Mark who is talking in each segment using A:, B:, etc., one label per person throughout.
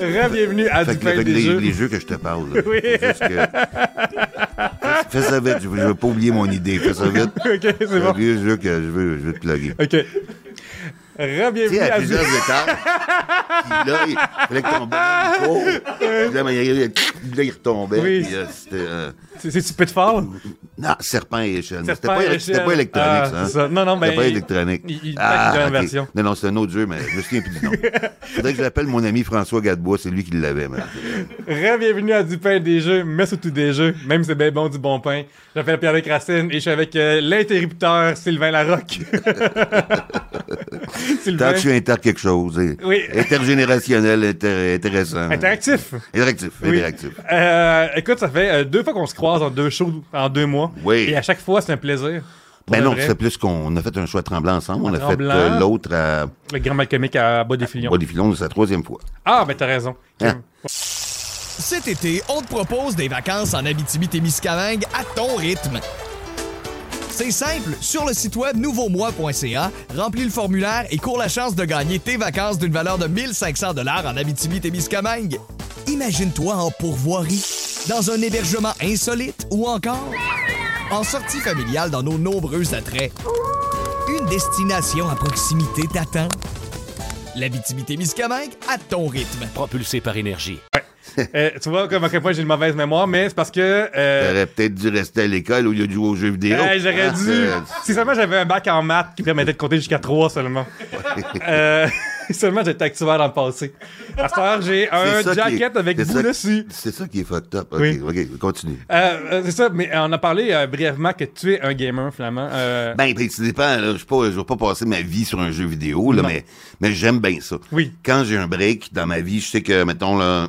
A: Re-bienvenue à
B: Fait
A: Du
B: que, fait
A: pain
B: que
A: des
B: les,
A: jeux.
B: les jeux que je te parle, là, faut juste que... Fais ça vite, je veux, je veux pas oublier mon idée. Fais ça vite.
A: OK, c'est
B: C'est un
A: bon.
B: vieux jeu que je veux, je veux te plugger.
A: OK.
B: Tu sais,
A: Re-bienvenue
B: à
A: à Du...
B: plusieurs étapes, puis là, il fallait que ton bonhomme, il court, puis là, il arrivait, puis là, il retombait,
A: Oui.
B: puis là, c'était... euh,
A: C'est- C'est-tu Pitfall? hein?
B: Non, serpent et échelle. Mais C'était
A: Serpent
B: pas,
A: et
B: éle-
A: échelle.
B: c'était pas électronique,
A: Ah,
B: ça. hein?
A: c'est ça. Non, non,
B: C'était
A: ben,
B: pas
A: il-
B: électronique. Ah,
A: il- il- ben, il donne la
B: ok.
A: version.
B: Non, non, c'est un autre jeu, mais je me souviens plus du nom. Faudrait que j'appelle mon ami François Gadebois, c'est lui qui l'avait. mais-
A: Re-bienvenue à Du pain des jeux, mais surtout des jeux, même si c'est bien bon du bon pain. J'appelle Pierre-Luc Racine et je suis avec euh, l'interrupteur Sylvain Larocque.
B: Tant
A: Sylvain,
B: que je suis inter quelque chose, eh,
A: Oui.
B: intergénérationnel, inter- intéressant.
A: interactif.
B: Interactif,
A: Oui.
B: interactif.
A: Euh, écoute, ça fait euh, deux fois qu'on se croise en deux shows en deux mois.
B: Oui.
A: Et à chaque fois, c'est un plaisir. Pour
B: Ben
A: de
B: non,
A: vrai.
B: c'est plus qu'on a fait un choix tremblant ensemble. On a
A: Tremblant.
B: fait euh, l'autre à
A: Le grand mal comique à bas des filions.
B: Bois des Filons, c'est sa troisième fois.
A: Ah, ben t'as raison.
B: Hein?
C: Cet été, on te propose des vacances en Abitibi-Témiscamingue à ton rythme. C'est simple, sur le site web nouveaumois.ca, remplis le formulaire et cours la chance de gagner tes vacances d'une valeur de 1500 dollars en Abitibi-Témiscamingue. Imagine-toi en pourvoirie, dans un hébergement insolite ou encore en sortie familiale dans nos nombreux attraits. Une destination à proximité t'attend. L'Abitibi-Témiscamingue à ton rythme.
D: Propulsé par énergie.
A: Euh, tu vois comme à quel point j'ai une mauvaise mémoire, mais c'est parce que... euh,
B: T'aurais peut-être dû rester à l'école au lieu de jouer aux jeux vidéo.
A: Hey, j'aurais
B: Hein,
A: dû.
B: euh,
A: Si seulement j'avais un bac en maths qui permettait de compter jusqu'à 3 seulement. Euh, seulement j'étais activaire dans le passé. À cette heure, j'ai un
B: c'est ça qui est-
A: jacket avec
B: c'est
A: bout
B: ça-
A: dessus.
B: C'est ça qui est fucked up. OK,
A: Oui.
B: OK, continue.
A: Euh, euh, c'est ça, mais on a parlé euh, brièvement que tu es un gamer finalement. Euh,
B: Ben, ben, ça dépend. là. Je ne pas, je vais pas passer ma vie sur un jeu vidéo, là,
A: Non.
B: mais, mais j'aime bien ça.
A: Oui.
B: Quand j'ai un break dans ma vie, je sais que, mettons, là,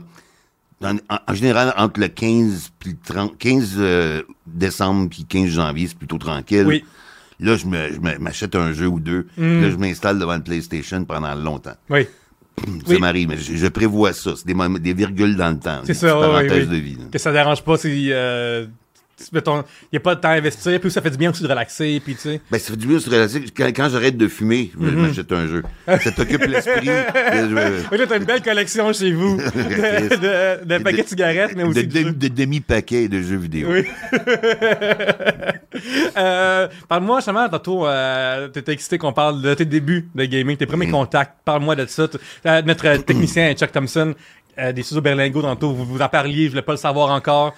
B: en, en- en général, entre le 15 puis le 30, 15 euh, décembre puis 15 janvier, c'est plutôt tranquille.
A: Oui. Mm.
B: Là, je me- je me- m'achète un jeu ou deux. Là, je m'installe devant le PlayStation pendant longtemps.
A: oui.
B: Ça m'arrive, mais je, je prévois ça. C'est des, moments- des virgules dans le temps.
A: C'est
B: des
A: ça,
B: petites
A: oui,
B: parenthèses
A: oui.
B: de vie. là.
A: Que ça dérange pas si. Euh, si, mettons, il n'y a pas de temps à investir, puis ça fait du bien aussi de relaxer, puis tu sais.
B: Ben, ça fait du bien de se relaxer. Quand, quand j'arrête de fumer, je
A: Mm-hmm.
B: m'achète un jeu. Ça t'occupe l'esprit. Je-
A: Oui, là, t'as une belle collection chez vous de, de, de paquets de cigarettes, mais aussi
B: de,
A: de
B: demi- de demi-paquet de jeux vidéo.
A: Oui. Euh, parle-moi justement, tantôt, euh, t'étais excité qu'on parle de tes débuts de gaming, tes
B: Mhm.
A: premiers contacts. Parle-moi de ça. Tu- euh, notre euh, technicien Chuck Thompson, euh, des studios Berlingo, tantôt, vous, vous en parliez, je voulais pas le savoir encore.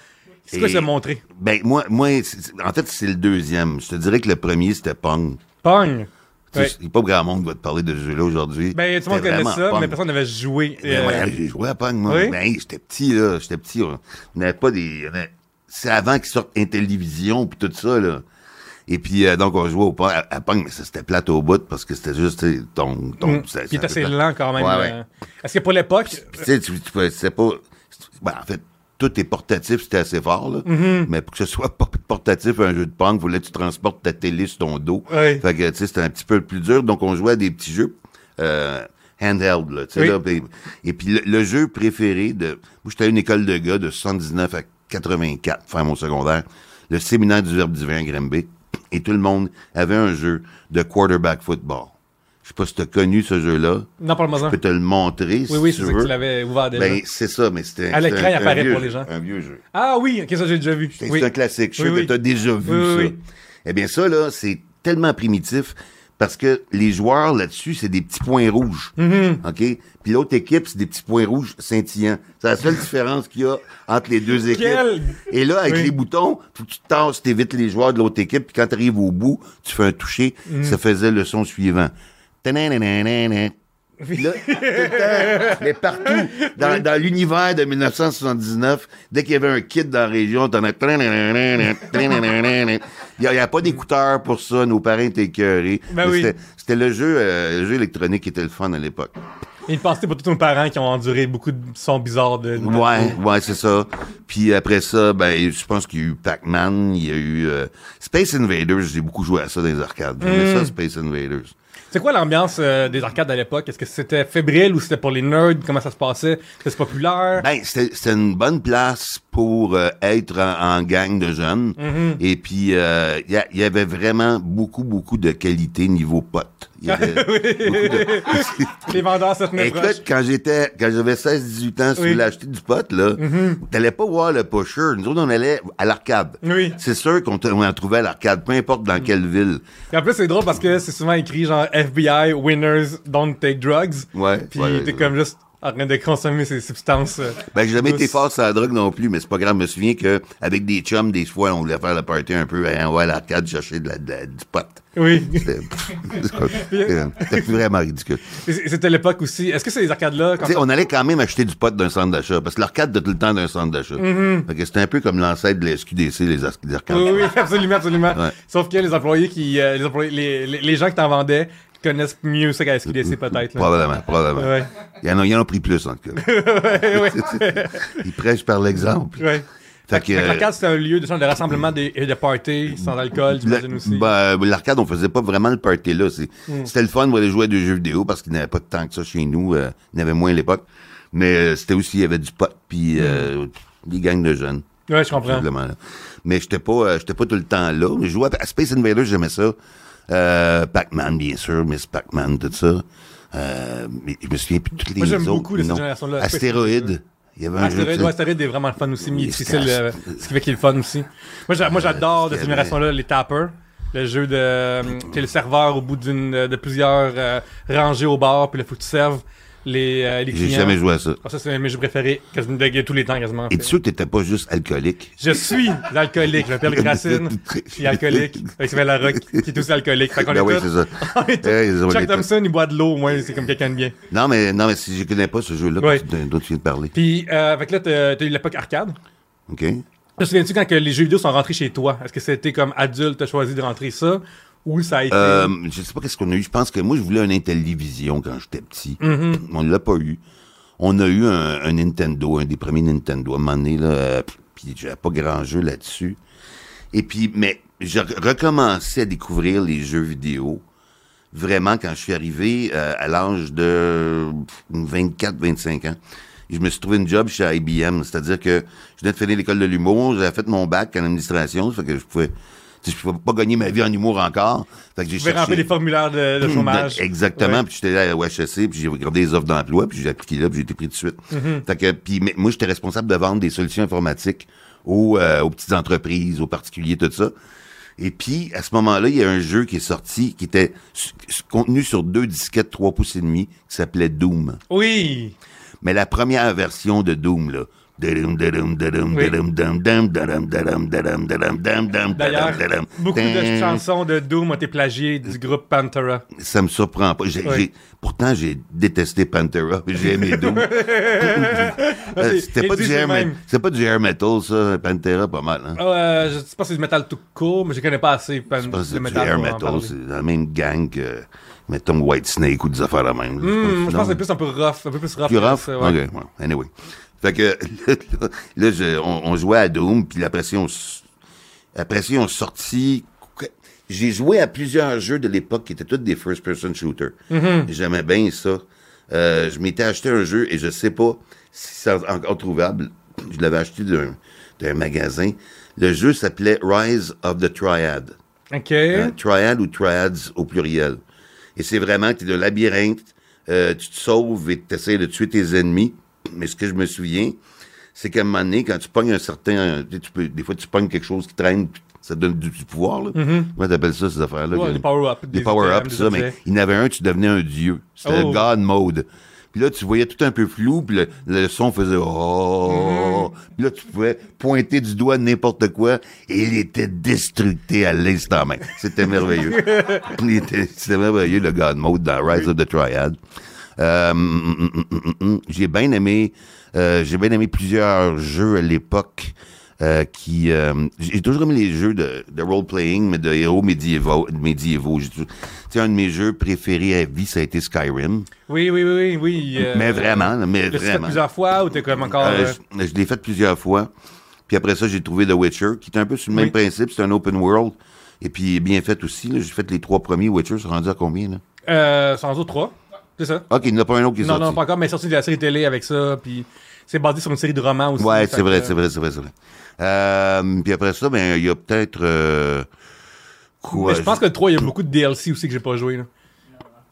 A: C'est quoi
B: Et-
A: se montrer?
B: Ben, moi, moi c'est- c'est- en fait, c'est le deuxième. Je te dirais que le premier, c'était Pong.
A: Pong!
B: Tu sais,
A: Ouais.
B: Il n'y a pas grand monde qui va te parler de ce jeu-là aujourd'hui.
A: Ben, tout le monde
B: C'était
A: connaît
B: vraiment
A: ça,
B: Pong.
A: mais personne n'avait joué.
B: Ben,
A: euh,
B: ouais, j'ai joué à Pong, moi.
A: Oui?
B: Ben, hey, j'étais petit, là. J'étais petit. On on n'avait pas des... on avait- C'est avant qu'ils sortent Intellivision puis tout ça, là. Et puis, euh, donc, on jouait au Pong- à, à Pong, mais ça, c'était plate au bout parce que c'était juste, tu sais, ton... ton
A: mm.
B: ça-
A: Puis
B: ça-
A: t'es assez lent quand même.
B: Ouais, ouais.
A: euh. Est-ce que pour l'époque,
B: Puis, tu sais, tu, tu peux- c'est pas. Ben, en fait, tout est portatif, c'était assez fort, là.
A: Mm-hmm.
B: Mais pour que ce soit por- portatif, un jeu de punk, voulait que tu transportes ta télé sur ton dos.
A: Ouais.
B: Fait que, tu sais, c'était un petit peu plus dur. Donc, on jouait à des petits jeux euh, handheld, là, tu sais,
A: Oui.
B: là, puis- Et puis, le, le jeu préféré de. Moi, j'étais à une école de gars de 79 à 84, faire mon secondaire, le séminaire du Verbe divin à Grimby. Et tout le monde avait un jeu de quarterback football. Je sais pas si t'as connu ce jeu-là.
A: non, parle-moi
B: Je peux te le montrer si
A: Ah. Oui, oui,
B: tu
A: c'est ça que
B: veux.
A: tu l'avais ouvert déjà.
B: Ben, c'est ça, mais c'était.
A: À l'écran,
B: c'était un-
A: il apparaît
B: un vieux
A: pour les
B: jeu,
A: gens.
B: Un vieux jeu.
A: Ah oui, ok, ça j'ai déjà vu.
B: C'est
A: Oui.
B: un classique. Je
A: Oui,
B: sais
A: oui.
B: que tu as déjà vu
A: Oui, oui,
B: ça.
A: oui.
B: Eh bien, ça, là, c'est tellement primitif parce que les joueurs là-dessus, c'est des petits points rouges.
A: Mm-hmm.
B: OK? Puis l'autre équipe, c'est des petits points rouges scintillants. C'est la seule différence qu'il y a entre les deux équipes.
A: Quelle-
B: Et là, avec
A: Oui.
B: les boutons, faut que tu te tasses, t'évites les joueurs de l'autre équipe, puis quand
A: Mm.
B: t'arrives au bout, tu fais un toucher, ça faisait le son suivant. Ta-na-na-na-na-na. Là, tout le temps, mais partout, dans, dans l'univers de 1979, dès qu'il y avait un kit dans la région, t'en as... Il n'y a, il y a pas d'écouteurs pour ça, nos parents étaient écœurés.
A: Ben
B: Mais
A: oui.
B: C'était c'était le, jeu, euh, le jeu électronique qui était le fun à l'époque.
A: Une pensée pour tous nos parents qui ont enduré beaucoup de sons bizarres de.
B: Ouais, ouais, c'est ça. Puis après ça, ben, je pense qu'il y a eu Pac-Man, il y a eu euh, Space Invaders. J'ai beaucoup joué à ça dans les arcades. J'aimais
A: Mm.
B: ça, Space Invaders.
A: C'est quoi l'ambiance euh, des arcades à l'époque? Est-ce que c'était fébrile ou c'était pour les nerds? Comment ça se passait? Est-ce que c'est populaire?
B: Ben, c'était c'était une bonne place pour euh, être en, en gang de jeunes.
A: Mm-hmm.
B: Et puis, euh, il y a- il y, avait vraiment beaucoup, beaucoup de qualité niveau pote. Il y avait beaucoup de-
A: les vendeurs se tenaient proches.
B: Écoute, quand j'étais, quand j'avais 16, 18 ans, si
A: Oui. Mm-hmm.
B: tu voulais acheter du pot, là, t'allais pas voir le pusher. Nous autres, on allait à l'arcade.
A: Oui. Mm.
B: C'est sûr qu'on t- on en trouvait à l'arcade, peu importe dans quelle ville.
A: Et en plus, c'est drôle parce que c'est souvent écrit genre FBI, winners, don't take drugs.
B: Ouais,
A: Puis
B: ouais,
A: t'es
B: ouais.
A: comme juste en train de consommer ces substances. euh,
B: Ben, j'ai jamais été
A: douces.
B: fort sur la drogue non plus, mais c'est pas grave. Je me souviens que, avec des chums, des fois, on voulait faire la party un peu, hein, on va à l'arcade chercher de la, de la- du pot. Euh,
A: Oui.
B: C'était euh, c'était vraiment ridicule.
A: Et C'était l'époque aussi. Est-ce que c'est les arcades-là? quand-
B: Tu sais, on allait quand même acheter du pot d'un centre d'achat, parce que l'arcade de tout le temps d'un centre d'achat. Fait que c'était un peu comme l'ancêtre de la SQDC, les ar- les arcades.
A: Mm-hmm. Oui, oui, absolument, absolument.
B: Ouais.
A: Sauf que les employés qui. euh, les, employés- les, les- les gens qui t'en vendaient connaissent mieux ça qu'à
B: Mm,
A: SQDC peut-être. là.
B: Probablement, probablement.
A: Ouais.
B: Il y en a, ils en ont pris plus, en tout cas. Ils prêchent par l'exemple.
A: Ouais.
B: Fait que, euh,
A: Fait que l'arcade, c'est un lieu de, genre de rassemblement des- et de party sans alcool,
B: La-
A: j'imagine aussi. Hmm.
B: ben, l'arcade, on faisait pas vraiment le party là. C'est- C'était le fun, on allait jouer à des jeux vidéo parce qu'il n'y avait pas de temps que ça chez nous. euh, il y en avait moins à l'époque. Mais euh, c'était aussi, il y avait du pot, puis euh, des gangs de jeunes.
A: Hmm. Ouais, je comprends.
B: simplement, là. Mais j'étais pas, euh, j'étais pas tout le temps là. Je jouais à Space Invaders, j'aimais ça. Euh, Pac-Man, bien sûr, Miss Pac-Man, tout ça. Euh, mais je me souviens plus de toutes les
A: Moi, j'aime
B: autres,
A: beaucoup de cette
B: non.
A: génération-là. Space Invaders.
B: Astéroïde. Il y avait un
A: Ah, Astéroïde,
B: jeu.
A: ouais, Astéroïde est vraiment le fun aussi, mais
B: Oui,
A: difficile,
B: c'était-
A: euh, ce qui fait qu'il est le fun aussi. Moi, j'a-
B: Euh,
A: moi j'adore de
B: C'était-
A: cette génération-là les tappers. Le jeu de. euh, T'es le serveur au bout d'une de plusieurs euh, rangées au bar, puis il faut que tu serves les, euh, les
B: J'ai
A: clients.
B: jamais joué à ça.
A: Ah, ça, c'est mes jeux préférés quasiment, de tous les temps, quasiment. en
B: Et
A: fait.
B: tu sais que t'étais pas juste alcoolique?
A: Je suis alcoolique. Je m'appelle Gracine. Je suis alcoolique. Avec Sylvain Larocque, qui est aussi alcoolique. Fait qu'on
B: Ben
A: est
B: oui,
A: tous-
B: c'est ça.
A: on est tous-
B: Eh, ils ont les
A: Jack
B: tous.
A: Thompson, il boit de l'eau. Moi, c'est comme quelqu'un de bien.
B: Non, mais, non, mais si je connais pas ce jeu-là
A: Ouais.
B: que tu- dont tu viens de parler.
A: Puis, euh, avec là, t'as t'as eu l'époque arcade.
B: OK?
A: Te souviens-tu quand que les jeux vidéo sont rentrés chez toi? Est-ce que c'était comme adulte, t'as choisi de rentrer ça? Ou ça a été.
B: Euh, je sais pas qu'est-ce qu'on a eu. Je pense que moi, je voulais un Intellivision quand j'étais petit.
A: Mm-hmm.
B: On l'a pas eu. On a eu un, un Nintendo, un des premiers Nintendo. À un moment donné, là, euh, puis j'avais pas grand jeu là-dessus. Et puis, mais je re- recommençais à découvrir les jeux vidéo vraiment quand je suis arrivé euh, à l'âge de 24-25 ans. Je me suis trouvé une job chez IBM, c'est-à-dire que je venais de finir l'école de l'humour, j'avais fait mon bac en administration, ça fait que je pouvais, tu sais, je pouvais pas gagner ma vie en humour encore. Fait que j'ai
A: je vais remplir les formulaires de, de chômage.
B: Hmm, Mm, ben, Exactement.
A: Ouais.
B: Puis j'étais là à HEC, puis j'ai regardé les offres d'emploi, puis j'ai appliqué là, puis j'ai été pris tout de suite.
A: Mm-hmm.
B: Fait que, puis mais moi, j'étais responsable de vendre des solutions informatiques aux, euh, aux petites entreprises, aux particuliers, tout ça. Et puis, à ce moment-là, il y a un jeu qui est sorti, qui était su- su- contenu sur deux disquettes 3 pouces et demi, qui s'appelait Doom.
A: Oui!
B: Mais la première version de Doom, là.
A: D'ailleurs,
B: D'ailleurs,
A: beaucoup de chansons de Doom ont été plagiées du groupe Pantera.
B: ça me surprend pas. J'ai-
A: Ouais.
B: j'ai- pourtant, j'ai détesté Pantera, mais j'ai aimé Doom. Euh,
A: Ah, c'est-
B: C'était
A: ils
B: pas, du
A: disent
B: hair
A: les
B: met-
A: mêmes.
B: c'était pas du hair metal, ça, Pantera, pas mal. Hein?
A: Euh, je sais pas si c'est du métal tout court, mais je connais pas assez pan-
B: Pas- c'est
A: de
B: du
A: métal.
B: hair
A: pour en
B: metal,
A: parler.
B: c'est dans la même gang que, mettons, White Snake ou des affaires la même. là.
A: Hmm, je
B: Non.
A: pense que c'est plus un peu rough, un peu plus rough.
B: Plus
A: que
B: rough?
A: ça, ouais.
B: OK, ouais. Anyway. Fait que là, là, je- on, on jouait à Doom, puis après ça, on, s- après ça, on sortit... J'ai joué à plusieurs jeux de l'époque qui étaient tous des first-person shooters. J'aimais bien ça. Euh, je m'étais acheté un jeu, et je sais pas si c'est encore trouvable. Je l'avais acheté d'un d'un magasin. Le jeu s'appelait Rise of the Triad.
A: Ok.
B: Euh, triad ou triads au pluriel. Et c'est vraiment que tu es dans un labyrinthe, euh, tu te sauves et tu essaies de tuer tes ennemis. Mais ce que je me souviens, c'est qu'à un moment donné, quand tu pognes un certain... tu sais, tu peux- des fois, tu pognes quelque chose qui traîne, puis ça te donne du, du pouvoir. Là. Comment t'appelles ça, ces affaires-là?
A: Mm-hmm. Ouais,
B: Que-
A: des power-up,
B: Des
A: des
B: power-up,
A: items,
B: tout
A: des
B: ça. Mais
A: objets.
B: il y en avait un, tu devenais un dieu. C'était
A: Oh.
B: le God Mode. Puis là, tu voyais tout un peu flou, puis le, le son faisait « Oh! Puis là, tu pouvais pointer du doigt n'importe quoi, et il était destructé à l'instant même. C'était merveilleux. Il était- C'était merveilleux, le God Mode dans Rise of the Triad. Euh, mm, mm, mm, mm, mm. j'ai bien aimé, euh, j'ai bien aimé plusieurs jeux à l'époque. euh, qui euh, j'ai toujours aimé les jeux de, de role playing mais de héros médiévaux médiévaux J'ai toujours- tu sais un de mes jeux préférés à vie ça a été Skyrim
A: Oui, oui, oui, oui. oui euh,
B: mais vraiment là, mais
A: Tu l'as fait
B: vraiment
A: plusieurs fois ou t'es comme encore.
B: euh,
A: euh,
B: je, je l'ai fait plusieurs fois. Puis après ça, j'ai trouvé The Witcher, qui est un peu sur le même
A: Oui.
B: principe. C'est un open world. Et puis, il est bien fait aussi. là. J'ai fait les trois premiers Witcher. Ça rendu à combien, là?
A: euh, sans autre trois. C'est ça?
B: OK, il n'y en a pas un autre qui est
A: Non,
B: sorti.
A: non, pas encore, mais sorti de la série télé avec ça. Puis c'est basé sur une série de romans aussi.
B: ouais,
A: fait
B: c'est vrai,
A: que-
B: c'est vrai, c'est vrai, c'est vrai. Euh, puis après ça, ben, il y a peut-être... euh, quoi?
A: Mais je pense que le 3, il y a beaucoup de DLC aussi que j'ai pas joué. là.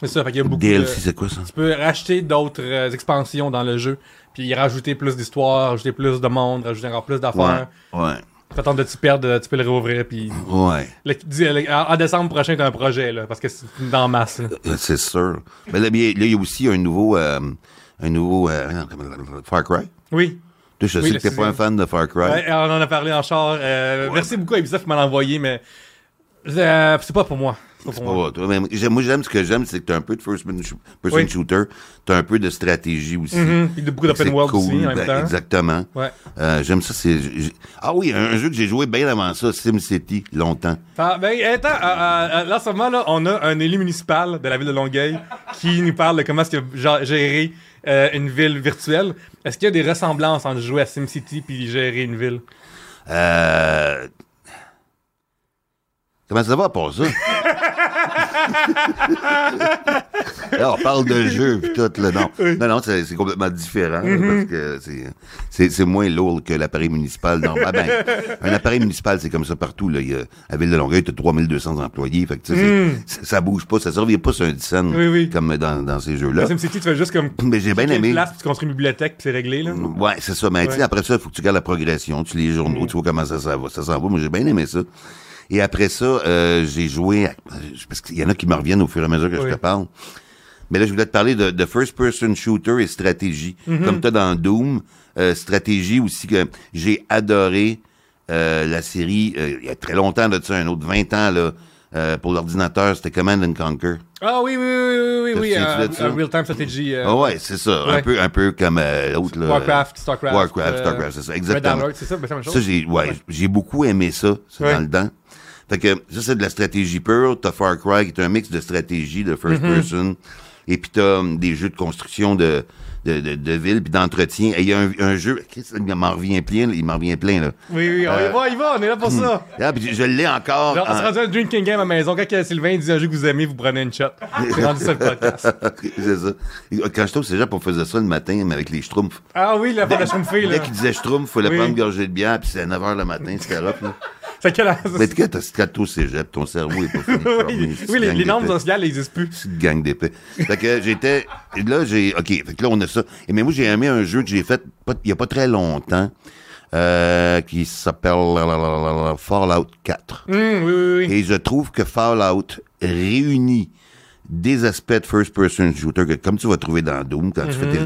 A: C'est ça, fait qu'il y a beaucoup
B: DLC,
A: de...
B: c'est quoi, ça?
A: Tu peux racheter d'autres euh, expansions dans le jeu, puis rajouter plus d'histoires, rajouter plus de monde, rajouter encore plus
B: Ouais,
A: d'affaires.
B: ouais,
A: T'attends de t'y perdre, euh, tu peux le réouvrir, puis...
B: ouais.
A: le- dis- le- en en décembre prochain, t'as un projet, là, parce que c'est dans masse. là.
B: Euh, C'est sûr. Mais là, bien, là, il y a aussi un nouveau... euh, un nouveau... euh, Far Cry.
A: Oui.
B: Tu sais, je
A: Oui,
B: sais
A: le
B: que t'es pas un
A: sixième.
B: fan de Far Cry.
A: Ouais, on en a parlé en char. euh, Merci beaucoup à Ubisoft de m'en envoyer, mais... euh, c'est pas pour moi. C'est pas pour
B: Ouais,
A: moi.
B: ouais, toi, mais j'aime- moi, j'aime ce que j'aime, c'est que t'as un peu de first-person
A: Oui.
B: shooter, t'as un peu de stratégie aussi.
A: Mhm, puis de beaucoup d'open
B: C'est
A: world aussi, en même
B: ben,
A: temps.
B: Exactement.
A: Ouais.
B: Euh, j'aime ça. c'est j- j- Ah oui, un, un jeu que j'ai joué bien avant ça, SimCity, longtemps.
A: Ah, ben, attends, ah, ah, ah, là, en ce moment, là, on a un élu municipal de la ville de Longueuil qui nous parle de comment est-ce qu'il a ja- géré euh, une ville virtuelle. Est-ce qu'il y a des ressemblances entre jouer à SimCity puis gérer une ville?
B: Euh... Comment ça va pour ça? Là, on parle de jeu puis tout, là, non. Non, non, c'est c'est complètement différent, là,
A: Mm-hmm.
B: parce que c'est- c'est c'est moins lourd que l'appareil municipal. Non, ah ben, un appareil municipal, c'est comme ça partout, là. Il y a- à Ville de Longueuil, t'as 3200 employés, fait que, tu sais, c'est- ça bouge pas, ça survit pas sur un 10 cents,
A: Mm. Oui, oui.
B: comme dans, dans ces
A: À
B: jeux-là.
A: SimCity, tu fais juste comme.
B: Mais j'ai bien
A: cliquer
B: aimé.
A: Une place, puis tu construis une bibliothèque, puis c'est réglé, là.
B: Ouais, c'est ça. Mais tu sais,
A: Ouais. Mm.
B: après ça, il faut que tu gardes la progression. Tu lis les journaux, tu vois comment ça, ça va. Ça s'en va. Moi, j'ai bien aimé ça. Et après ça, euh, j'ai joué... à- Parce qu'il y en a qui me reviennent au fur et à mesure que
A: Oui.
B: je te parle. Mais là, je voulais te parler de, de first-person shooter et stratégie.
A: Mm-hmm.
B: Comme t'as dans Doom, euh, stratégie aussi que j'ai adoré euh, la série, euh, il y a très longtemps de ça, un autre 20 ans, là, euh, pour l'ordinateur, c'était Command and Conquer.
A: Ah oui, oui, oui, oui, oui,
B: Te
A: oui.
B: souviens-tu
A: euh,
B: de ça?
A: euh, Real-time strategy. euh,
B: Ah ouais, c'est ça. Un
A: Ouais.
B: peu, un peu comme euh, l'autre, là.
A: Warcraft, Starcraft.
B: Warcraft,
A: euh,
B: Starcraft, c'est ça,
A: Red
B: exactement.
A: Alert, c'est ça, ben, c'est la même chose.
B: Ça, j'ai, ouais, j'ai beaucoup aimé ça, c'est
A: Ouais.
B: dans le dent. Fait que, ça, c'est de la stratégie pure. T'as Far Cry, qui est un mix de stratégie, de first
A: Mm-hmm.
B: person. Et puis, t'as hum, des jeux de construction de, de, de, de ville, puis d'entretien. Et il y a un, un jeu, Christ, il m'en revient plein, là, il m'en revient plein, là.
A: Oui, oui, on y
B: Euh,
A: va, on y va, on est là pour ça.
B: Ah, puis je l'ai encore.
A: Genre, on
B: en-
A: se rendu à un drinking game à la maison. Quand euh, Sylvain dit un jeu que vous aimez, vous prenez une shot. C'est rendu ça le podcast.
B: c'est ça. Quand j'étais au cégep, on faisait ça le matin, mais avec les schtroumpfs.
A: Ah oui, la fondation de fille, là.
B: Dès qu'il disait schtroumpf, il fallait
A: Oui.
B: prendre une gorgée de bière, puis c'est à 9h le matin, c'était rough, là.
A: C'est quel âge?
B: Mais tu sais, t'as quand t'es au cégep, ton cerveau est pas fini. de former,
A: Oui,
B: petite
A: oui, les,
B: gang
A: les normes
B: d'épais.
A: sociales, elles existent plus.
B: petite gang d'épais. Fait que j'étais. et Là, j'ai. OK. Fait que là, on a ça. Et mais moi, j'ai aimé un jeu que j'ai fait pas- il y a pas très longtemps. euh, qui s'appelle Fallout 4.
A: Hum, oui, oui, oui.
B: Et je trouve que Fallout réunit des aspects de first-person shooter que, comme tu vas trouver dans Doom, quand tu fais tes,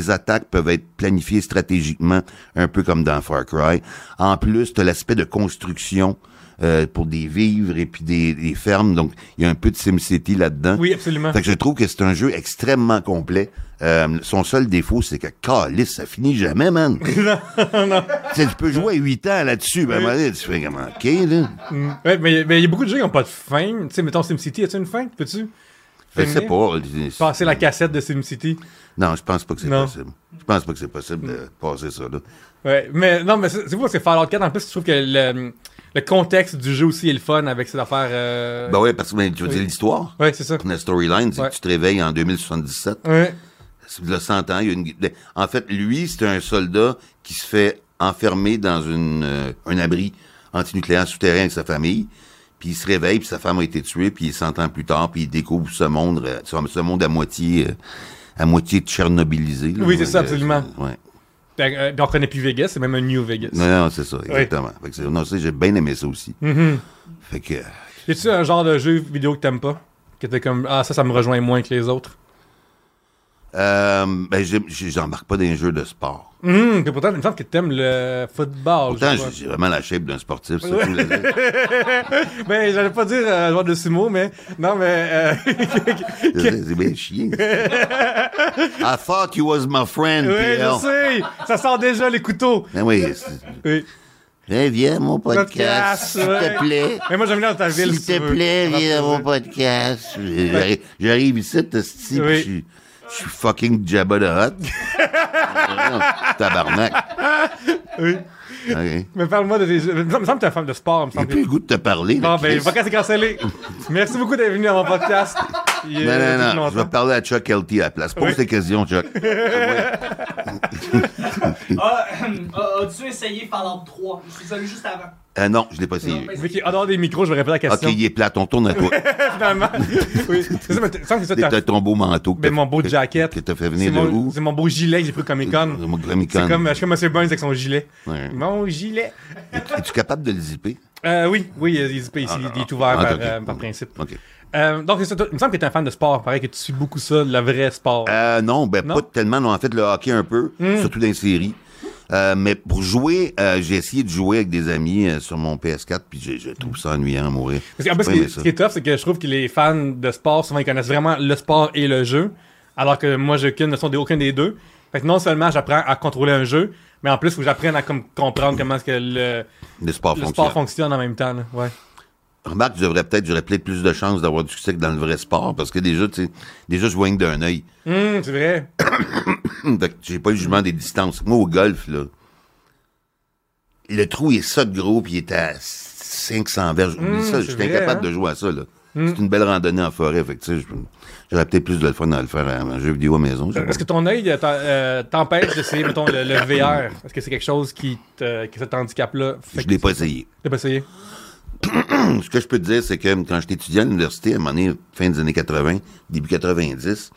B: tes attaques peuvent être planifiées stratégiquement, un peu comme dans Far Cry. En plus, tu l'aspect de construction euh, pour des vivres et puis des, des fermes. Donc, il y a un peu de SimCity là-dedans.
A: Oui, absolument.
B: hein? Fait que je trouve que c'est un jeu extrêmement complet. Euh, son seul défaut, c'est que, calice, ça finit jamais, man. Tu sais, tu peux jouer à 8 ans là-dessus. Ben, à un moment donné, tu fais comme, OK, là.
A: Hum. Ouais, mais mais il y a beaucoup de jeux qui n'ont pas de fin. Tu sais, mettons SimCity, as-tu une fin? Peux-tu?
B: Je sais
A: finir?
B: pas.
A: Passer la cassette de SimCity.
B: Non, je pense pas que c'est
A: Non.
B: possible. Je pense pas que c'est possible de passer ça, là.
A: Ouais, mais non, mais c'est c'est fou parce que Fallout 4, en plus, je trouve que le, le contexte du jeu aussi est le fun avec cette affaire. Euh...
B: Ben ouais, parce que ben, tu veux
A: Oui.
B: dire l'histoire.
A: Ouais, c'est ça.
B: La storyline, c'est
A: Ouais.
B: que tu te réveilles en 2077.
A: Ouais.
B: C'est de 100 ans. Il y a une... ben, En fait, lui, c'est un soldat qui se fait enfermer dans une, euh, un abri antinucléaire souterrain avec sa famille. Puis il se réveille, puis sa femme a été tuée, puis il est 100 ans plus tard, puis il découvre ce monde, euh, ce ce monde à moitié, euh, à moitié tchernobylisé. là.
A: Oui, c'est ça,
B: Euh,
A: absolument.
B: ouais.
A: Puis, euh, puis on connaît plus Vegas, c'est même un New Vegas.
B: Non, non, c'est ça, exactement. Fait que c'est- non, ça, j'ai bien aimé ça aussi.
A: Mm-hmm.
B: Fait que,
A: Y a-tu un genre de jeu vidéo que t'aimes pas? Que t'es comme, ah, ça, ça me rejoint moins que les autres?
B: Euh, ben, j'ai- j'ai- j'en marque pas dans les jeux de sport.
A: Hum, puis pourtant, il me semble que t'aimes le football. je
B: Pourtant, j'ai
A: crois.
B: j'ai vraiment la shape d'un sportif. c'est ça que je voulais dire.
A: Ben, j'allais pas dire euh, joueur de sumo, mais non, mais euh,
B: Je sais, C'est bien chiant. I thought you was my friend,
A: oui,
B: PL.
A: je sais, ça sort déjà les couteaux.
B: Ben oui, c'est-
A: Oui.
B: Eh, viens à mon
A: Podcast,
B: podcast, s'il
A: ouais.
B: te plaît.
A: Mais moi, j'aime bien dans ta ville.
B: S'il
A: si
B: te
A: tu veux.
B: plaît, viens à
A: Avant
B: mon
A: de
B: podcast. J'arrive- J'arrive ici, Tosti,
A: Oui.
B: puis je suis- je suis fucking Jabba the Hutt. Tabarnak.
A: Oui.
B: OK.
A: Mais parle-moi de tes jeux. Il me semble que t'es un fan de sport, il me
B: J'ai
A: semble.
B: plus le goût de te parler. là,
A: Bon, ben,
B: Chris.
A: le podcast est cancellé. Merci beaucoup d'être venu à mon podcast. Il est- il
B: Non,
A: est
B: non, non. Je vais
A: longtemps.
B: parler à Chuck LT à la place. Pose
A: Oui.
B: tes questions, Chuck.
E: Ah, euh, As-tu essayé Fallout 3? Je suis allé juste avant.
B: Ah non, je l'ai pas essayé.
A: Vu qu'il est en dehors des micros, je vais répéter la
B: Ok,
A: question.
B: il est plat. On tourne à toi.
A: Finalement. oui. C'est ça, mais t- il me semble que ça, t'as-
B: T'as ton beau manteau. que
A: Ben,
B: t'as-
A: mon beau
B: que-
A: jacket.
B: Que t'as fait
A: c'est
B: venir de
A: mon,
B: où?
A: c'est mon beau gilet que j'ai pris au Comic Con.
B: Mon Comic Con.
A: C'est comme, je suis comme Monsieur Burns avec son gilet.
B: Ouais.
A: Mon gilet.
B: Es-tu capable de le zipper?
A: Euh, oui, oui, euh, il, est- il est- il est ouvert
B: Ah,
A: par,
B: ok.
A: euh, par principe.
B: OK.
A: Euh, donc, c'est ça, toi, il me semble que tu es un fan de sport. Pareil que tu suis beaucoup ça, le vrai sport.
B: Euh, non, ben
A: Non? Hmm.
B: pas tellement. Non, en fait, le hockey un peu, surtout dans les séries. Euh, mais pour jouer, euh, j'ai essayé de jouer avec des amis euh, sur mon PS4, puis j'ai- je trouve ça ennuyant à mourir.
A: Parce que, en plus, ce,
B: J'ai pas
A: qui,
B: aimé
A: est- ce qui est tough, c'est que je trouve que les fans de sport, souvent, ils connaissent vraiment le sport et le jeu. Alors que moi, j'ai aucune notion d'aucun des deux. Fait que non seulement j'apprends à contrôler un jeu, mais en plus, faut que j'apprenne à comme, comprendre comment est-ce que le,
B: Le sport
A: le
B: fonctionne.
A: sport fonctionne en même temps. là. Ouais.
B: Remarque, je devrais peut-être, j'aurais peut-être plus de chances d'avoir du succès que dans le vrai sport, parce que déjà, tu sais, déjà, je voigne d'un œil.
A: Hum, c'est vrai.
B: Fait que j'ai pas le jugement des distances. Moi, au golf, là, le trou, il est ça de gros, puis il est à 500 verges. Oublie ça,
A: c'est
B: je suis
A: vrai,
B: incapable
A: hein?
B: de jouer à ça, là. C'est une belle randonnée en forêt, fait que, tu sais, je- j'aurais peut-être plus de le fun à le faire à un jeu vidéo à maison. je sais pas.
A: Est-ce que ton œil euh, t'en- euh, t'empêche d'essayer, mettons, le, le VR? Est-ce que c'est quelque chose qui te, que cet handicap-là fait
B: Je
A: que
B: l'ai pas essayé. Mmh,
A: t'as pas essayé?
B: Ce que je peux te dire, c'est que quand j'étais étudiant à l'université, à un moment donné, fin des années 80, début 90,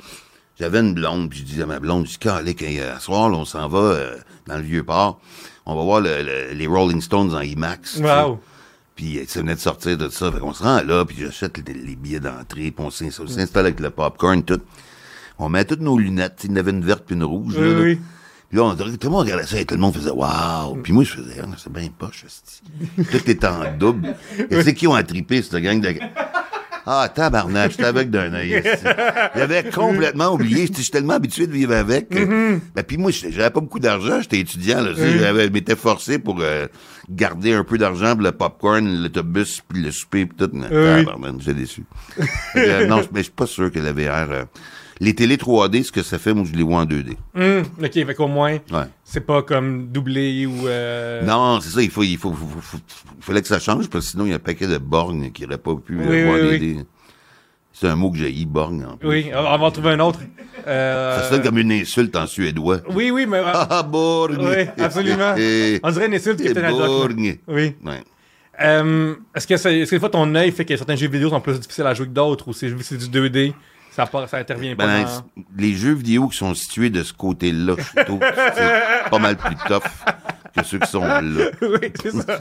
B: j'avais une blonde, puis je disais à ma blonde, je dis, allez, à soir, là, on s'en va euh, dans le vieux port, on va voir le- le- les Rolling Stones en IMAX. tu sais.
A: Wow!
B: Puis euh, ça venait de sortir de ça. Fait qu'on se rend là, puis j'achète les, les billets d'entrée, puis on s'ins- on s'installe avec le popcorn, tout. On met toutes nos lunettes. Il y en avait une verte puis une rouge.
A: Oui,
B: là, là.
A: oui.
B: Puis là, on, dirait que tout le monde regardait ça et tout le monde faisait Waouh! Puis moi, je faisais, Ah, c'est bien poche, hostie. Tout est en double. Et c'est qui ont attripé, cette gang de. Ah, tabarnak, j'étais avec d'un œil. hostie. J'avais complètement oublié. J'étais j'étais tellement habitué de vivre avec. que- Ben, puis moi, j'étais- j'avais pas beaucoup d'argent. J'étais étudiant. Là, Tu sais, j'avais- je m'étais forcé pour euh, garder un peu d'argent pour le popcorn, l'autobus, puis le souper, puis tout. Mais,
A: Oui.
B: tabarnak, j'étais déçu. Fait que, euh, non, je- mais je suis pas sûr que la VR... euh, les télé 3D, ce que ça fait, moi, je les vois en 2D.
A: Hum, ok, fait qu'au moins,
B: Ouais.
A: c'est pas comme doublé ou. euh,
B: Non, c'est ça, il faut, il faut, faut- faut- faut- fallait que ça change, parce que sinon, il y a un paquet de borgnes qui n'auraient pas pu
A: Oui,
B: euh, voir
A: oui,
B: des- des- C'est un mot que j'ai eu, borgne. En plus.
A: Oui, on on va en trouver un autre. Euh,
B: Ça sonne comme une insulte en suédois.
A: Oui, oui, mais. euh,
B: Ah, ah, borgne!
A: oui, absolument.
B: Eh,
A: On dirait une insulte qui est
B: eh,
A: peut-être à la doc, là.
B: borgne.
A: Oui.
B: Ouais.
A: Euh, est-ce que, c'est, est-ce que des fois ton œil fait que certains jeux vidéo sont plus difficiles à jouer que d'autres ou c'est, vu que c'est du 2D, ça, part- ça intervient pas?
B: Ben,
A: dans-
B: c- les jeux vidéo qui sont situés de ce côté-là, je suis tôt, c'est pas mal plus tough que ceux qui sont là.
A: oui, c'est ça.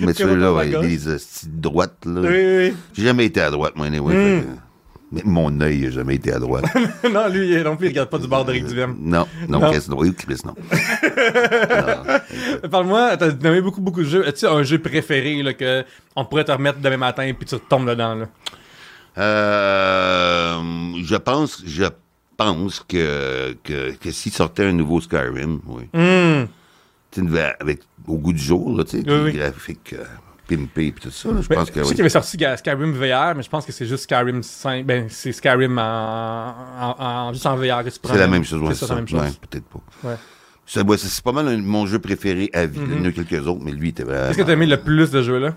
B: Mais ceux-là,
A: retourne à
B: ouais,
A: gauche.
B: les hosties de droite, là.
A: oui, Hmm. oui.
B: J'ai jamais été à droite, moi, anyway, fait que- mais mon œil n'a jamais été à droite.
A: non, lui, il- non plus, il regarde pas du bord d'Éric Duhem.
B: Euh, Non, non,
A: Non.
B: Chris, non. Oui, Chris, non.
A: Euh, Parle-moi, t'as nommé beaucoup, beaucoup de jeux. As-tu un jeu préféré là, que on pourrait te remettre demain matin puis tu retombes dedans? Là?
B: Euh, je pense, je pense que, que, que s'il sortait un nouveau Skyrim, oui. Tu sais, une va- avec, au goût du jour, là, tu sais,
A: Hmm. Oui, oui.
B: des graphiques euh, pimpés et tout ça, là, je
A: Mais
B: pense que
A: je sais
B: oui.
A: qu'il avait sorti Ga- Skyrim VR, mais je pense que c'est juste Skyrim 5. Ben, c'est Skyrim en, en- en- juste en VR que tu prends.
B: C'est la même chose, ouais,
A: C'est ça, la même
B: ouais,
A: chose.
B: peut-être pas.
A: Ouais. Mhm.
B: Ça, ouais, ça, c'est pas mal un- mon jeu préféré à vie. Il y en a quelques autres, mais lui, il était vraiment...
A: Qu'est-ce que t'as aimé le plus de jeu là?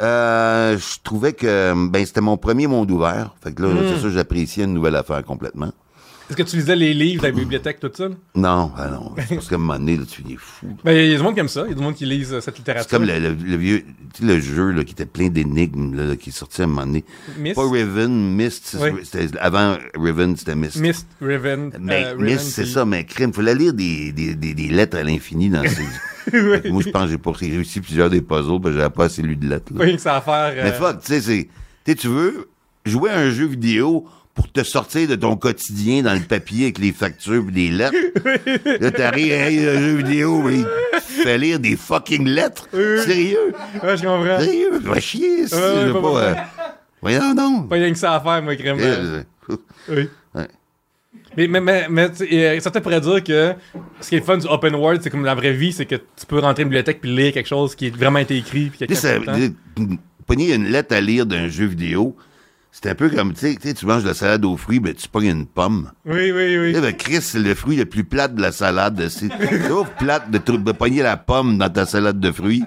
B: Euh, je trouvais que ben, c'était mon premier monde ouvert. Fait que là,
A: Hmm.
B: c'est ça, j'appréciais une nouvelle affaire complètement.
A: Est-ce que tu lisais les livres dans la bibliothèque, tout ça? là?
B: Non, ah non, c'est parce qu'à un moment donné, là, tu es fou.
A: Ben, il y a du monde qui aime ça. Il y a du monde qui lise euh, cette littérature.
B: C'est comme le, le- le vieux, tu sais, le jeu là, qui était plein d'énigmes là, là, qui est sorti à un moment donné.
A: Myst.
B: Pas Riven, Mist. c'est-
A: Oui.
B: c'était- Avant Riven, c'était Mist.
A: Mist, Riven.
B: Mais
A: euh, Riven,
B: Mist, Ben, c'est
A: puis-
B: ça, mais crime. Faut la lire des, des, des, des lettres à l'infini dans ces. Fait que Moi, je pense que j'ai pas j'ai réussi plusieurs des puzzles, parce que j'avais pas assez lu de lettres. là.
A: Oui, que ça à faire.
B: Mais
A: euh,
B: fuck, tu sais, c'est. Tu sais, tu veux jouer à un jeu vidéo pour te sortir de ton quotidien dans le papier avec les factures pis les lettres. là, t'arrives, hey, le jeu vidéo, mais il te fait lire des fucking lettres. Sérieux?
A: Ouais, je comprends.
B: Sérieux? Va chier, si,
A: Ah. Ouais,
B: je
A: ouais,
B: veux
A: pas
B: pas... euh, Voyons donc.
A: Pas rien que ça à faire, moi, crème.
B: Euh,
A: Oui.
B: Ouais.
A: Mais, mais, mais, mais tu sais, euh, certains pourraient dire que ce qui est le fun du open world, c'est comme la vraie vie, c'est que tu peux rentrer à une bibliothèque puis lire quelque chose qui est vraiment été écrit. Puis
B: Tu sais, ça-
A: quelqu'un fait le temps.
B: tu- pogner une lettre à lire d'un jeu vidéo, c'est un peu comme, tu sais, tu sais, tu manges de la salade aux fruits, mais tu pognes une pomme.
A: Oui, oui, oui.
B: Tu sais, ben, Chris, c'est le fruit le plus plate de la salade. C'est trouve plate de, trou- de pogner la pomme dans ta salade de fruits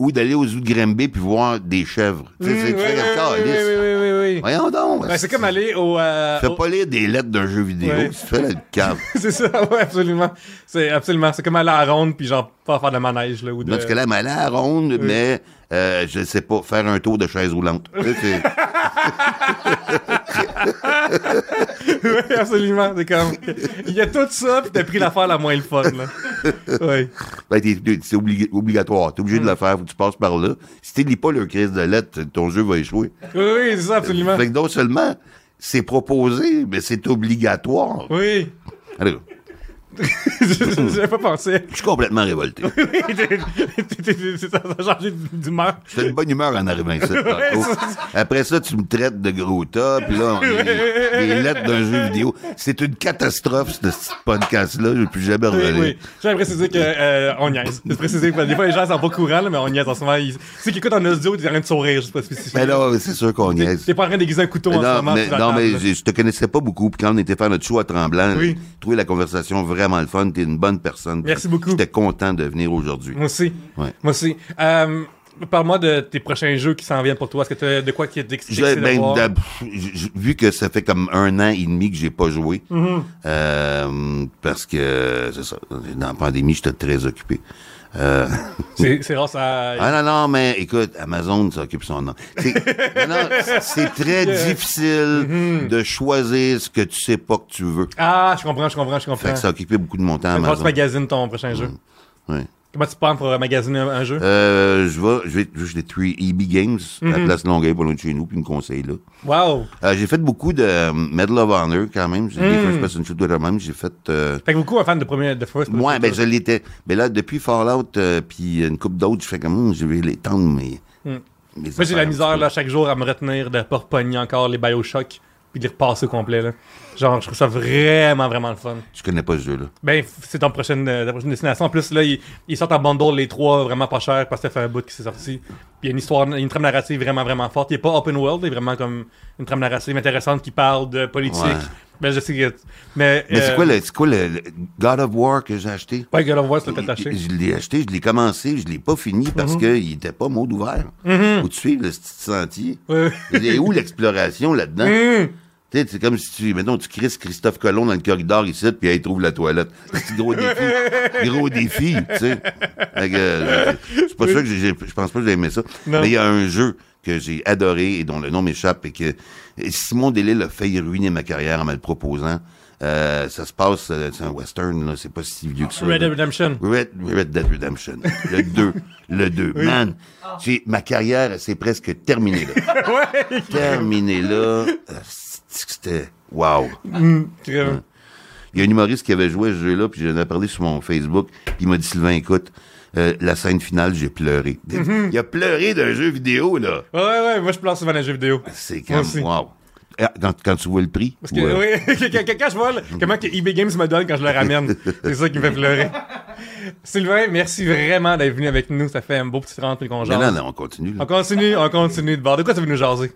B: ou d'aller aux zoos de Grimby puis voir des chèvres. Tu sais,
A: Mm-hmm. Mm, oui,
B: c'est- tu fais
A: oui,
B: comme ça,
A: oui,
B: Alice.
A: oui, oui, oui, oui.
B: Voyons donc.
A: Ben, c'est comme aller au. euh,
B: Fais
A: au-
B: pas lire des lettres d'un jeu vidéo,
A: Ouais.
B: tu fais la cave.
A: c'est ça, ouais, absolument. C'est absolument. C'est comme aller à la ronde puis genre pas faire de manège là ou de.
B: Dans ce cas-là, mais aller à la ronde, mais euh, je sais pas, faire un tour de chaise roulante. Tu sais, c'est-
A: oui, absolument. C'est comme. Il y a tout ça puis t'as pris l'affaire la moins le fun là. Oui.
B: Ben, t'es- t'es- c'est obligé- obligatoire. T'es
A: Mm.
B: obligé de le faire, faut que tu passes par là. Si tu lis pas le crise de lettres, ton jeu va échouer.
A: Oui, oui, c'est ça, absolument.
B: Fait que non seulement c'est proposé, mais c'est obligatoire.
A: Oui.
B: Alors,
A: J'avais pas pensé.
B: je suis complètement révolté.
A: C'est ça, ça a changé d'humeur.
B: J'étais de bonne humeur en arrivant ici. tantôt. Après ça, tu me traites de gros top, puis là, on- les, les lettres d'un jeu vidéo. C'est une catastrophe, ce petit podcast-là. Je ne plus jamais
A: Oui,
B: revenir.
A: oui. J'aimerais préciser que euh, on niaise. Je préciser que des fois les gens sont pas courants, là, mais on niaise en ce moment. Ils... Ceux qui écoutent en audio, ils sont en train de sourire, je sais pas ce que c'est.
B: Mais là, c'est sûr qu'on y est.
A: T'es pas en train d'aiguiser un couteau en ce
B: Non,
A: moment.
B: mais,
A: sur la
B: non,
A: table,
B: mais
A: là.
B: je, je te connaissais pas beaucoup. Puis quand on était faire notre show à Tremblant,
A: Oui.
B: j'ai trouvé la conversation vraiment le fun. T'es une bonne personne.
A: Merci beaucoup.
B: J'étais content de venir aujourd'hui.
A: Moi aussi.
B: Ouais.
A: Moi aussi. Euh, Parle-moi de tes prochains jeux qui s'en viennent pour toi. Est-ce que t'as de quoi qui est
B: Je-
A: excité de
B: ben,
A: voir?
B: d'ab- je- je- vu que ça fait comme un an et demi que j'ai pas joué, euh, parce que c'est ça, dans la pandémie, j'étais très occupé. Euh,
A: C'est c'est rare, ça.
B: ah non, non, mais écoute, Amazon s'occupe son nom. C'est non, non, c'est très difficile de choisir ce que tu sais pas que tu veux.
A: Ah, je comprends, je comprends, je
B: Fait
A: comprines.
B: que ça a occupé beaucoup de mon temps,
A: Comment tu
B: Amazon.
A: magasines ton prochain jeu?
B: Ouais.
A: Comment tu prends pour euh, magasiner un, un jeu?
B: Euh, je vais, je vais, je vais tuer EB Games, à la place Longueuil, pas loin de chez nous, puis ils me conseille là.
A: Wow!
B: Euh, j'ai fait beaucoup de euh, Medal of Honor quand même. J'ai des first person shooters de même. J'ai fait. Euh,
A: Fait que beaucoup un fan de premier de first person
B: ouais, ben je
A: shooter.
B: l'étais. Mais là, depuis Fallout, euh, puis une coupe d'autres, je fais comme Hum, je vais l'étendre, mais.
A: Hmm. Moi, j'ai la misère, là, chaque jour, à me retenir de pas repogner encore les Bioshock puis de les repasser au complet, là. Genre, je trouve ça vraiment, vraiment le fun.
B: Je connais pas ce jeu-là.
A: Ben, f- c'est ton prochaine, euh, ta prochaine destination. En plus, là, ils, ils sortent en bundle les trois vraiment pas cher parce que ça fait un bout que c'est sorti. Puis il y a une histoire, une trame narrative vraiment, vraiment forte. Il n'est pas open world, il est vraiment comme une trame narrative intéressante qui parle de politique.
B: Ouais.
A: Ben, je sais que. Mais,
B: Mais c'est
A: euh,
B: quoi, le, c'est quoi le, le God of War que j'ai acheté?
A: Ouais, God of War, c'est peut-être
B: Je
A: acheté. Mhm.
B: je l'ai acheté, je l'ai commencé, je l'ai pas fini parce qu'il était pas mode ouvert. Faut suivre le petit sentier.
A: Ouais.
B: Il est où l'exploration là-dedans? Tu sais, c'est comme si tu, mettons, tu crises Christophe Colomb dans le corridor ici, puis il trouve la toilette. C'est gros défi. gros défi, tu sais. Fait que, euh, c'est pas sûr que j'ai- j'ai- je pense pas que j'ai aimé ça.
A: Non.
B: Mais il y a un jeu que j'ai adoré et dont le nom m'échappe et que et Simon Delille a failli ruiner ma carrière en me le proposant. Euh, ça se passe, euh, c'est un western, là, c'est pas si vieux que ça.
A: Red Dead
B: là.
A: Redemption.
B: Red, Red Dead Redemption. Le 2. Le 2. Man, j'ai- ma carrière, c'est presque terminée là. Terminée là. Euh, C'était... Wow.
A: Crème.
B: Il y a un humoriste qui avait joué à ce jeu-là, puis j'en ai parlé sur mon Facebook, puis il m'a dit, Sylvain, écoute, euh, la scène finale, j'ai pleuré.
A: Mhm.
B: Il a pleuré d'un jeu vidéo, là.
A: Ouais, ouais, moi, je pleure souvent dans les jeux vidéo.
B: C'est
A: Moi
B: comme...
A: aussi.
B: Wow. Eh, Quand, quand tu vois le prix.
A: Parce que,
B: ouais.
A: oui, que- que- que- quand je vois le- comment que eBay Games me donne quand je le ramène, c'est ça qui me fait pleurer. Sylvain, merci vraiment d'être venu avec nous. Ça fait un beau petit 30 minutes qu'on
B: Mais non,
A: jase.
B: non, on continue.
A: On
B: là.
A: continue, on continue de bord. De quoi tu veux nous jaser?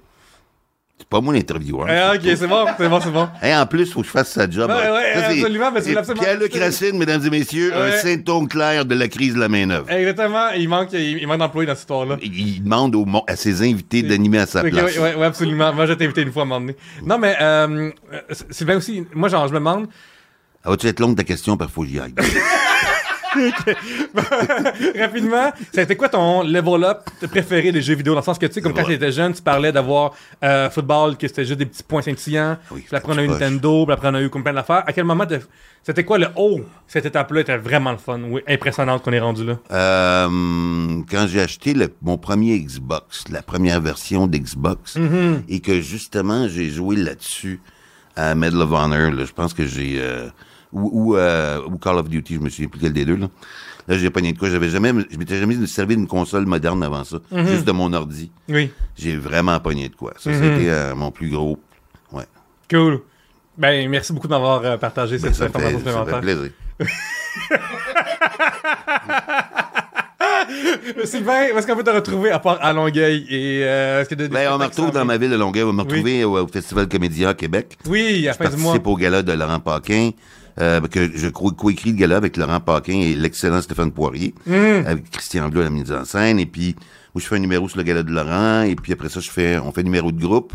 B: C'est pas moi l'intervieweur.
A: Ah, ok, c'est bon, c'est bon, c'est bon.
B: Hey, en plus, faut que je fasse sa job.
A: Ouais, ouais,
B: Ça, c'est-
A: absolument, mais tu
B: c'est
A: l'as absolument-
B: Pierre-Luc Racine, mesdames et messieurs,
A: Ouais.
B: un symptôme clair de la crise de la main-d'œuvre.
A: Eh, Exactement, il manque, il, il manque d'employés dans cette histoire-là.
B: Il il demande au mon- à ses invités d'animer à sa
A: Euh. Ok,
B: place.
A: ouais, ouais, ouais, absolument. Moi, je t'ai invité une fois à un moment donné. Non, mais euh, euh, Sylvain aussi, moi, genre, je me demande,
B: Ah, Va-tu être longue ta question, par faut que j'y aille.
A: Rapidement, c'était quoi ton level up préféré des jeux vidéo? Dans le sens que, tu sais, comme quand
B: Level up.
A: t'étais jeune, tu parlais d'avoir euh, football, que c'était juste des petits points scintillants.
B: Oui,
A: puis après, on a eu
B: poche.
A: Nintendo, puis après, on a eu comme plein d'affaires. À quel moment, t'as- c'était quoi le haut? Cette étape-là était vraiment le fun, oui, impressionnante qu'on est rendu là.
B: Euh, quand j'ai acheté le- mon premier Mm-hmm. Xbox, la première version d'Xbox, et que justement j'ai joué là-dessus à Medal of Honor. là. Je pense que j'ai. euh, ou, ou, euh, ou Call of Duty, je me souviens plus lequel des deux. Là, là j'ai pogné de quoi. J'avais jamais, je m'étais jamais servi d'une console moderne avant ça. Juste de mon ordi.
A: Oui.
B: J'ai vraiment pogné de quoi. Ça, c'était euh, mon plus gros. Ouais.
A: Cool. Ben, merci beaucoup d'avoir euh, partagé cette
B: Ben, Ça me fait,
A: information
B: ça me fait
A: supplémentaire.
B: plaisir.
A: Sylvain, où est-ce qu'on peut te retrouver à part à Longueuil et euh, est-ce que de-
B: Ben, on me retrouve dans ma ville de Longueuil. On me retrouve au, au Festival Comédia à Québec.
A: Oui, à la
B: Je
A: fin du mois.
B: participe au gala de Laurent Paquin, euh, que je co- coécris le gala avec Laurent Paquin et l'excellent Stéphane Poirier, avec Christian Bleu à la mise en scène. Et puis, moi, je fais un numéro sur le gala de Laurent. Et puis après ça, je fais, on fait un numéro de groupe.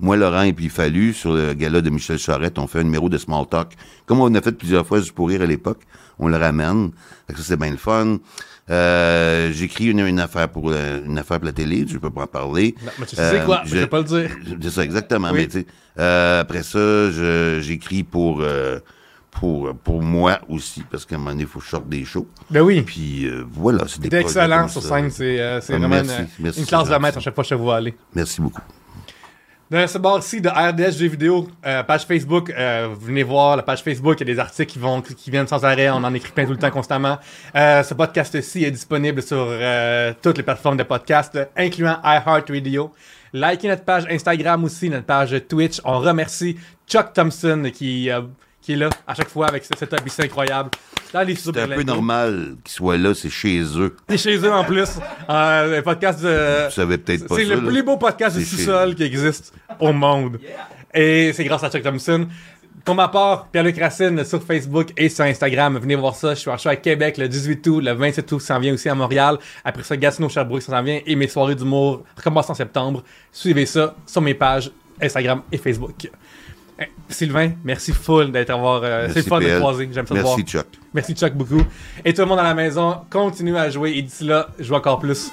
B: Moi, Laurent et puis Fallu, sur le gala de Michel Charette, on fait un numéro de Small Talk. Comme on a fait plusieurs fois juste pour rire à l'époque, on le ramène. Fait que ça, c'est bien le fun. Euh, j'écris une, une affaire pour la, une affaire pour la télé, je peux pas en parler.
A: Non, mais Ben, tu sais quoi, mais je vais pas le dire.
B: Euh, C'est ça, exactement.
A: Oui.
B: Mais tu sais, euh, après ça, je- j'écris pour, euh, pour, pour moi aussi, parce qu'à un moment donné, il faut que je sorte des shows.
A: Ben oui.
B: Puis euh, voilà, c'est des
A: T'es
B: projets
A: excellent
B: comme
A: sur
B: ça.
A: scène, c'est euh, c'est
B: Ah,
A: vraiment
B: merci,
A: une,
B: merci,
A: une classe de
B: c'est
A: maître à
B: gentil.
A: chaque fois que je te vois aller.
B: Merci beaucoup.
A: Dans ce bord-ci de RDS Jeux vidéo, euh, page Facebook, euh, vous venez voir la page Facebook, il y a des articles qui, vont, qui viennent sans arrêt, on en écrit plein tout le temps constamment. Euh, ce podcast-ci est disponible sur euh, toutes les plateformes de podcast, euh, incluant iHeartRadio. Likez notre page Instagram aussi, notre page Twitch. On remercie Chuck Thompson qui, euh, qui est là à chaque fois avec ce setup ici incroyable. Dans les
B: C'est un peu normal qu'ils soient là, c'est chez eux.
A: C'est chez eux en plus. Euh, le podcast de...
B: Vous savez peut-être pas
A: C'est
B: ça.
A: le
B: là.
A: plus beau podcast du
B: C'est
A: sous-sol qui existe au monde. Et c'est grâce à Chuck Thompson. Pour ma part, Pierre-Luc Racine sur Facebook et sur Instagram. Venez voir ça. Je suis en show à Québec le 18 août, le 27 août, ça s'en vient aussi à Montréal. Après ça, Gatineau, Sherbrooke, ça s'en vient. Et mes soirées d'humour recommencent en septembre. Suivez ça sur mes pages Instagram et Facebook. Eh, Sylvain, merci full d'être avoir. euh, c'est le
B: Merci,
A: fun de te
B: PL.
A: croiser. J'aime ça te voir.
B: Merci, Chuck.
A: Merci Chuck beaucoup. Et tout le monde à la maison, continuez à jouer. Et d'ici là, jouez encore plus.